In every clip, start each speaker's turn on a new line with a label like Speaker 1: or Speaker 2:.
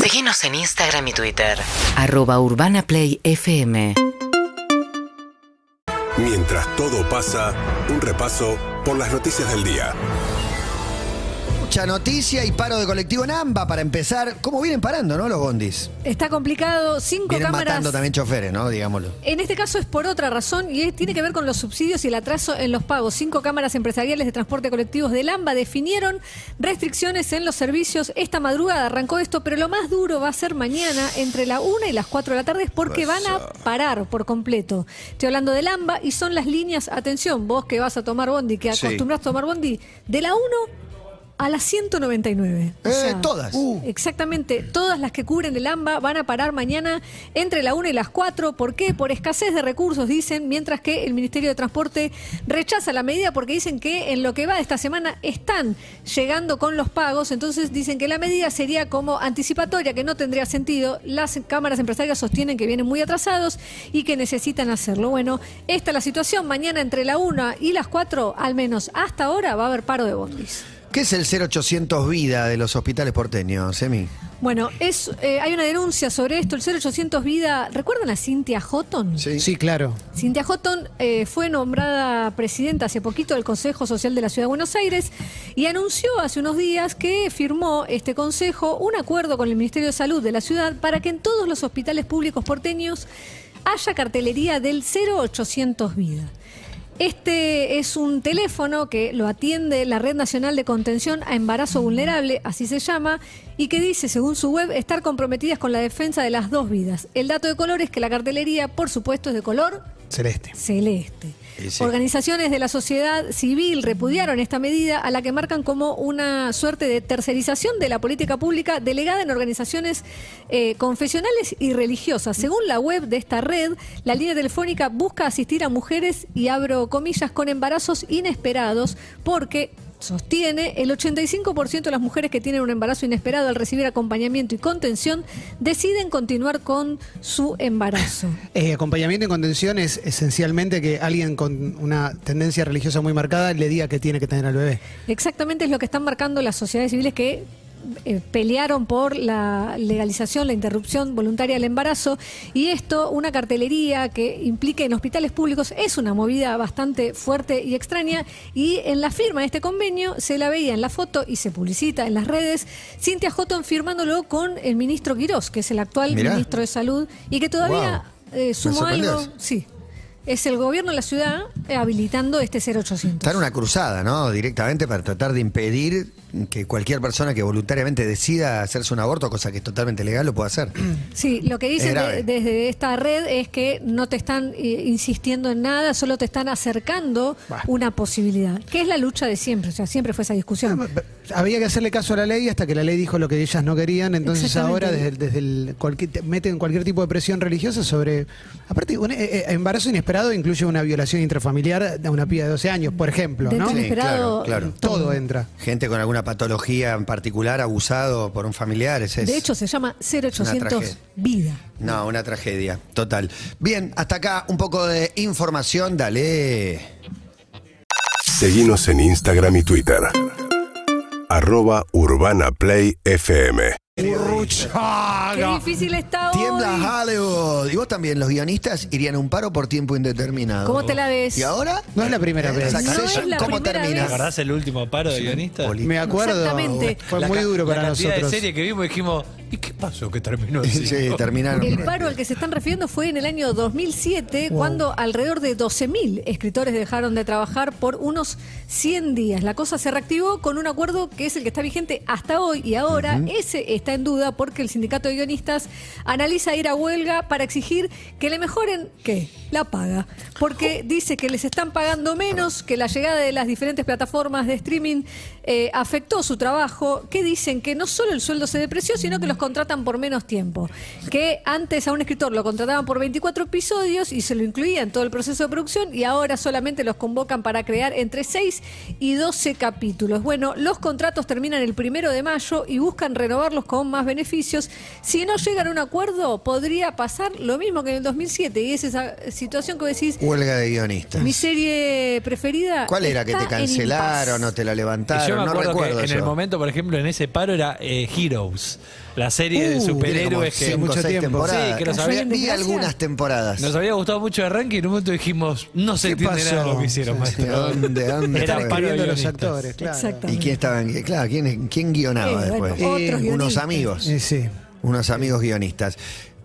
Speaker 1: Seguinos en Instagram y Twitter.
Speaker 2: Arroba Urbana Play FM.
Speaker 3: Mientras todo pasa, un repaso por las noticias del día.
Speaker 4: Mucha noticia y paro de colectivo en AMBA para empezar. ¿Cómo vienen parando, no, los bondis?
Speaker 5: Está complicado, cinco
Speaker 4: Vienen
Speaker 5: cámaras.
Speaker 4: matando también choferes, ¿no? Digámoslo.
Speaker 5: En este caso es por otra razón y es- tiene que ver con los subsidios y el atraso en los pagos. Cinco cámaras empresariales de transporte colectivos del AMBA definieron restricciones en los servicios. Esta madrugada arrancó esto, pero lo más duro va a ser mañana entre la 1 y las 4 de la tarde es porque van a parar por completo. Estoy hablando del AMBA y son las líneas, atención, vos que vas a tomar bondi, que
Speaker 4: Sí.
Speaker 5: acostumbras a tomar bondi, de la 1 a las 199. O
Speaker 4: Eh,
Speaker 5: sea, uh.
Speaker 4: todas.
Speaker 5: Exactamente, todas las que cubren el AMBA van a parar mañana entre la 1 y las 4. ¿Por qué? Por escasez de recursos, dicen, mientras que el Ministerio de Transporte rechaza la medida porque dicen que en lo que va de esta semana están llegando con los pagos, entonces dicen que la medida sería como anticipatoria, que no tendría sentido. Las cámaras empresarias sostienen que vienen muy atrasados y que necesitan hacerlo. Bueno, esta es la situación. Mañana entre la 1 y las 4, al menos hasta ahora, va a haber paro de bondis.
Speaker 4: ¿Qué es el 0800 Vida de los hospitales porteños, Semi?
Speaker 5: Bueno, es, eh, hay una denuncia sobre esto, el 0800 Vida. ¿Recuerdan a Cintia Houghton?
Speaker 6: Sí, claro.
Speaker 5: Cintia Houghton eh, fue nombrada presidenta hace poquito del Consejo Social de la Ciudad de Buenos Aires y anunció hace unos días que firmó este consejo un acuerdo con el Ministerio de Salud de la ciudad para que en todos los hospitales públicos porteños haya cartelería del 0800 Vida. Este es un teléfono que lo atiende la Red Nacional de Contención a Embarazo Vulnerable, así se llama, y que dice, según su web, estar comprometidas con la defensa de las dos vidas. El dato de color es que la cartelería, por supuesto, es de color
Speaker 6: Celeste.
Speaker 5: celeste.
Speaker 4: Y sí.
Speaker 5: Organizaciones de la sociedad civil repudiaron esta medida a la que marcan como una suerte de tercerización de la política pública delegada en organizaciones eh, confesionales y religiosas. Según la web de esta red, la línea telefónica busca asistir a mujeres y abro comillas con embarazos inesperados porque sostiene el 85% de las mujeres que tienen un embarazo inesperado al recibir acompañamiento y contención deciden continuar con su embarazo.
Speaker 6: Eh, acompañamiento y contención es esencialmente que alguien con una tendencia religiosa muy marcada le diga que tiene que tener al bebé.
Speaker 5: Exactamente es lo que están marcando las sociedades civiles que eh, pelearon por la legalización, la interrupción voluntaria del embarazo y esto, una cartelería que implique en hospitales públicos, es una movida bastante fuerte y extraña y en la firma de este convenio se la veía en la foto y se publicita en las redes Cintia Houghton firmándolo con el ministro Quirós, que es el actual
Speaker 4: Mirá.
Speaker 5: ministro de Salud y que todavía
Speaker 4: Guau.
Speaker 5: eh,
Speaker 4: Me
Speaker 5: sumó algo,
Speaker 4: sorprendés.
Speaker 5: sí, es el gobierno de la ciudad eh, habilitando este 0800.
Speaker 4: Están en una cruzada, ¿no? Directamente para tratar de impedir que cualquier persona que voluntariamente decida hacerse un aborto, cosa que es totalmente legal, lo pueda hacer.
Speaker 5: Sí, lo que
Speaker 4: Es
Speaker 5: dicen
Speaker 4: grave.
Speaker 5: de- desde esta red es que no te están eh, insistiendo en nada, solo te están acercando
Speaker 6: Bah.
Speaker 5: una posibilidad, que es la lucha de siempre, o sea, siempre fue esa
Speaker 4: Ah,
Speaker 5: discusión.
Speaker 6: Había que hacerle caso a la ley hasta que la ley dijo lo que ellas no querían, entonces
Speaker 5: Exactamente.
Speaker 6: ahora desde, el- desde el cualquier, te meten cualquier tipo de presión religiosa sobre... Aparte, un eh, eh, embarazo inesperado incluye una violación intrafamiliar de una piba de 12 años, por ejemplo,
Speaker 5: Dentro
Speaker 6: ¿no?
Speaker 5: del
Speaker 4: Sí,
Speaker 5: esperado,
Speaker 4: claro, claro.
Speaker 6: Todo entra.
Speaker 4: Gente con alguna patología en particular, abusado por un familiar, ese es.
Speaker 5: De hecho, se llama
Speaker 4: Una
Speaker 5: 0800
Speaker 4: tragedia.
Speaker 5: Vida.
Speaker 4: No, una tragedia, total. Bien, hasta acá un poco de información, dale.
Speaker 3: Seguinos en Instagram y Twitter. Arroba Urbana Play FM.
Speaker 5: Qué difícil está hoy.
Speaker 4: Tiembla Hollywood. Y vos también, los guionistas irían a un paro por tiempo indeterminado.
Speaker 5: ¿Cómo te la ves?
Speaker 4: ¿Y ahora?
Speaker 6: No es la primera
Speaker 4: Eh,
Speaker 6: vez.
Speaker 4: la
Speaker 5: No es
Speaker 4: Succession,
Speaker 5: la
Speaker 4: ¿Cómo
Speaker 5: primera
Speaker 4: termina?
Speaker 5: vez.
Speaker 7: ¿Recordás el último paro de guionistas?
Speaker 6: Me acuerdo.
Speaker 5: Exactamente.
Speaker 6: Fue
Speaker 4: La
Speaker 6: muy
Speaker 4: ca-
Speaker 6: duro
Speaker 7: La
Speaker 6: para
Speaker 7: cantidad
Speaker 6: nosotros.
Speaker 7: de series que vimos dijimos, ¿y qué pasó que terminó así?
Speaker 4: Sí, terminaron.
Speaker 5: El paro al que se están refiriendo fue en el año 2007, cuando alrededor de 12.000 escritores dejaron de trabajar por unos 100 días. La cosa se reactivó con un acuerdo que es el que está vigente hasta hoy y ahora ese está en duda porque el sindicato de guionistas analiza ir a huelga para exigir que le mejoren, ¿qué? La paga. Porque dice que les están pagando menos, que la llegada de las diferentes plataformas de streaming eh, afectó su trabajo, que dicen que no solo el sueldo se depreció, sino que los contratan por menos tiempo. Que antes a un escritor lo contrataban por 24 episodios y se lo incluía en todo el proceso de producción y ahora solamente los convocan para crear entre 6 y 12 capítulos. Bueno, los contratos terminan el primero de mayo y buscan renovarlos con más beneficios. Si no llegan a un acuerdo, podría pasar lo mismo que en el 2007 y es esa situación que vos decís...
Speaker 4: Huelga de guionistas.
Speaker 5: Mi serie preferida.
Speaker 4: ¿Cuál era? ¿Que
Speaker 5: está
Speaker 4: te
Speaker 5: en impas".
Speaker 4: cancelaron o te la
Speaker 7: Y
Speaker 4: levantaron?
Speaker 7: yo me
Speaker 4: no
Speaker 7: acuerdo
Speaker 4: recuerdo
Speaker 7: que en
Speaker 4: yo.
Speaker 7: el momento, por ejemplo, en ese paro era eh, Heroes. la serie de
Speaker 6: Uh,
Speaker 7: superhéroes que.
Speaker 6: tiene como mucho tiempo.
Speaker 7: Sí, que nos
Speaker 5: Cayó
Speaker 7: había-
Speaker 5: en
Speaker 4: Vi
Speaker 5: desgracia.
Speaker 4: algunas temporadas.
Speaker 7: Nos había gustado mucho el ranking y en un momento dijimos, no se
Speaker 6: ¿Qué
Speaker 7: entiende nada de
Speaker 6: pasó?
Speaker 7: lo que hicieron,
Speaker 6: Sí,
Speaker 7: maestro.
Speaker 4: ¿De dónde, dónde
Speaker 7: Era
Speaker 4: estaba?
Speaker 7: paro
Speaker 6: Viendo los
Speaker 7: guionistas.
Speaker 6: actores, claro.
Speaker 5: Exactamente.
Speaker 4: ¿Y quién estaba? en- Claro, ¿quién, quién
Speaker 5: Eh,
Speaker 4: guionaba
Speaker 5: bueno,
Speaker 4: después?
Speaker 5: otros
Speaker 6: Eh, unos
Speaker 4: unos
Speaker 5: guionistas.
Speaker 4: amigos.
Speaker 6: Eh, sí.
Speaker 4: Unos amigos guionistas.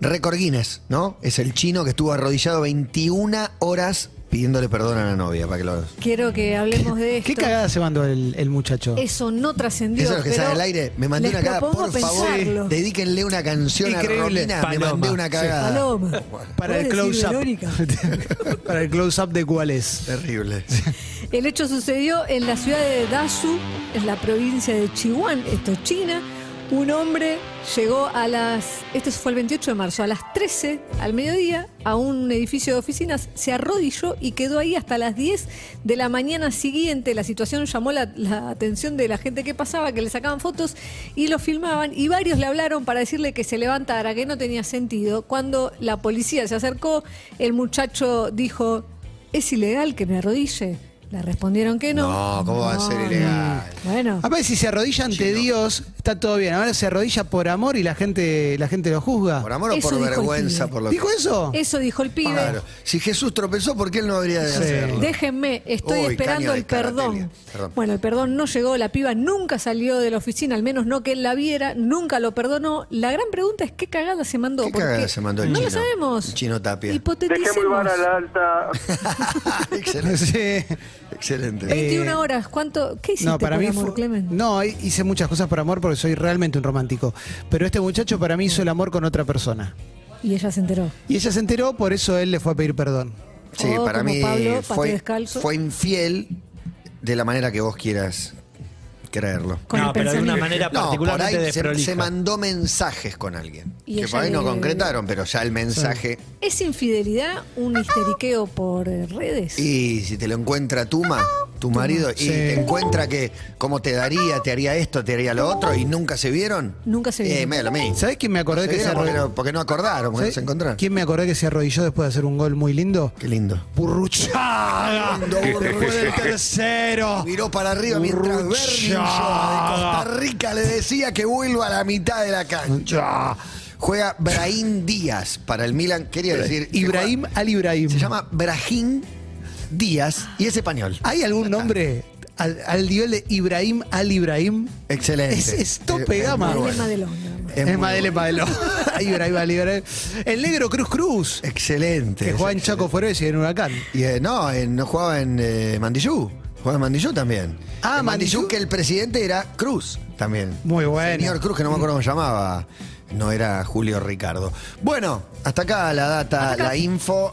Speaker 4: Record Guinness, ¿no? Es el chino que estuvo arrodillado 21 horas pidiéndole perdón a la novia para que lo
Speaker 5: Quiero que hablemos de esto.
Speaker 6: ¿Qué cagada se mandó el, el muchacho?
Speaker 5: Eso no trascendió.
Speaker 4: Eso es lo que
Speaker 5: pero
Speaker 4: sale al aire. Me mandé
Speaker 5: les
Speaker 4: una cagada.
Speaker 5: propongo
Speaker 4: Por favor,
Speaker 5: pensarlo.
Speaker 4: dedíquenle una canción a
Speaker 6: Increíble.
Speaker 4: Romina. Me
Speaker 7: Paloma.
Speaker 4: mandé una cagada.
Speaker 5: Paloma.
Speaker 6: Para el
Speaker 5: ¿Puedes decir, Verónica?
Speaker 6: close-up. Para el close-up de cuál es.
Speaker 4: Terrible.
Speaker 5: El hecho sucedió en la ciudad de Dasu, en la provincia de Chihuán, esto es China. Un hombre llegó a las, este fue el 28 de marzo, a las 13 al mediodía a un edificio de oficinas, se arrodilló y quedó ahí hasta las 10 de la mañana siguiente. La situación llamó la, la atención de la gente que pasaba, que le sacaban fotos y lo filmaban y varios le hablaron para decirle que se levantara, que no tenía sentido. Cuando la policía se acercó, el muchacho dijo, ¿Es ilegal que me arrodille? Le respondieron que no.
Speaker 4: No, ¿cómo va a ser ilegal? Ah,
Speaker 5: Bueno,
Speaker 6: Aparte, si se arrodilla ante Dios, está todo bien. Ahora se arrodilla por amor y la gente, la gente lo juzga.
Speaker 4: Por amor o
Speaker 5: Eso
Speaker 4: por
Speaker 5: dijo el
Speaker 4: vergüenza,
Speaker 5: pibe.
Speaker 4: por lo que.
Speaker 6: ¿Dijo eso?
Speaker 5: eso dijo el pibe.
Speaker 4: Claro. Si Jesús tropezó, ¿por qué él no habría de
Speaker 6: Sí.
Speaker 4: hacerlo?
Speaker 5: Déjenme, estoy
Speaker 4: Uy, caña
Speaker 5: esperando
Speaker 4: de
Speaker 5: el perdón.
Speaker 4: caratelia. Perdón.
Speaker 5: Bueno, el perdón no llegó, la piba nunca salió de la oficina, al menos no que él la viera, nunca lo perdonó. La gran pregunta es qué cagada se mandó.
Speaker 4: ¿Qué
Speaker 5: porque
Speaker 4: cagada se mandó el
Speaker 5: No
Speaker 4: chino?
Speaker 5: lo sabemos.
Speaker 4: El chino Tapia.
Speaker 5: Hipoteticemos.
Speaker 8: Dejemos el bar a la alta.
Speaker 4: excelente,
Speaker 6: Sí.
Speaker 4: excelente.
Speaker 5: 21 horas, ¿cuánto? ¿Qué hiciste
Speaker 6: No, para
Speaker 5: por
Speaker 6: mí
Speaker 5: amor,
Speaker 6: fue-
Speaker 5: Clemen?
Speaker 6: No, hi- hice muchas cosas por amor porque soy realmente un romántico. Pero este muchacho para mí hizo el amor con otra persona.
Speaker 5: Y ella se enteró.
Speaker 6: Y ella se enteró, por eso él le fue a pedir perdón.
Speaker 4: Sí,
Speaker 5: Oh,
Speaker 4: para
Speaker 5: como
Speaker 4: mí
Speaker 5: Pablo, patio
Speaker 4: fue,
Speaker 5: descalzo.
Speaker 4: fue infiel de la manera que vos quieras creerlo.
Speaker 5: Con
Speaker 7: no,
Speaker 5: el
Speaker 7: pero de una
Speaker 5: pensamiento.
Speaker 7: manera
Speaker 4: No, por
Speaker 7: particularmente
Speaker 4: ahí se,
Speaker 7: desprolija.
Speaker 4: se mandó mensajes con alguien.
Speaker 5: Y
Speaker 4: que
Speaker 5: ella
Speaker 4: por ahí no
Speaker 5: le-
Speaker 4: concretaron, pero ya el mensaje.
Speaker 5: ¿Es infidelidad un histeriqueo por eh, redes?
Speaker 4: Y si te lo encuentra Tuma, tu marido, y
Speaker 6: Sí.
Speaker 4: te encuentra que cómo te daría, te haría esto, te haría lo otro, y nunca se vieron.
Speaker 5: Nunca se
Speaker 4: Eh,
Speaker 5: vieron.
Speaker 4: medio lo mismo.
Speaker 6: ¿Sabés quién me acordé
Speaker 4: Se
Speaker 6: que se
Speaker 4: vieron porque,
Speaker 6: arrodilló?
Speaker 4: no, porque no acordaron, porque no
Speaker 6: ¿Sabés
Speaker 4: se encontraron.
Speaker 6: ¿Quién me acordé que se arrodilló después de hacer un gol muy lindo?
Speaker 4: Qué lindo.
Speaker 6: ¡Burruchaga! Después del tercero.
Speaker 4: Miró para arriba mientras Bernie Ulloa de Costa Rica le decía que vuelva a la mitad de la cancha. Juega Brahim Díaz para el Milan, quería decir. se
Speaker 6: Ibrahim
Speaker 4: juega-
Speaker 6: al Ibrahim.
Speaker 4: Se llama Brahim Díaz y es español.
Speaker 6: ¿Hay algún nombre al, al nivel de Ibrahim al Ibrahim?
Speaker 4: Excelente.
Speaker 6: Es, es tope
Speaker 4: Es- es
Speaker 6: gama.
Speaker 4: muy
Speaker 5: Madeleine
Speaker 4: bueno.
Speaker 5: Madelón, nada más.
Speaker 4: Es
Speaker 6: Es
Speaker 4: muy
Speaker 6: Madeleine Madelón. Ibrahim al Ibrahim. El negro Cruz Cruz,
Speaker 4: Excelente.
Speaker 6: que juega en Chaco Forés y en Huracán.
Speaker 4: Y, eh, no, en- no jugaba en eh, Mandillú. Jugaba en Mandillú también.
Speaker 6: Ah,
Speaker 4: En Mandillú.
Speaker 6: Mandillú.
Speaker 4: que el presidente era Cruz también.
Speaker 6: Muy bueno.
Speaker 4: Señor Cruz, que no me acuerdo cómo se llamaba. No era Julio Ricardo. Bueno, hasta acá la data, la info.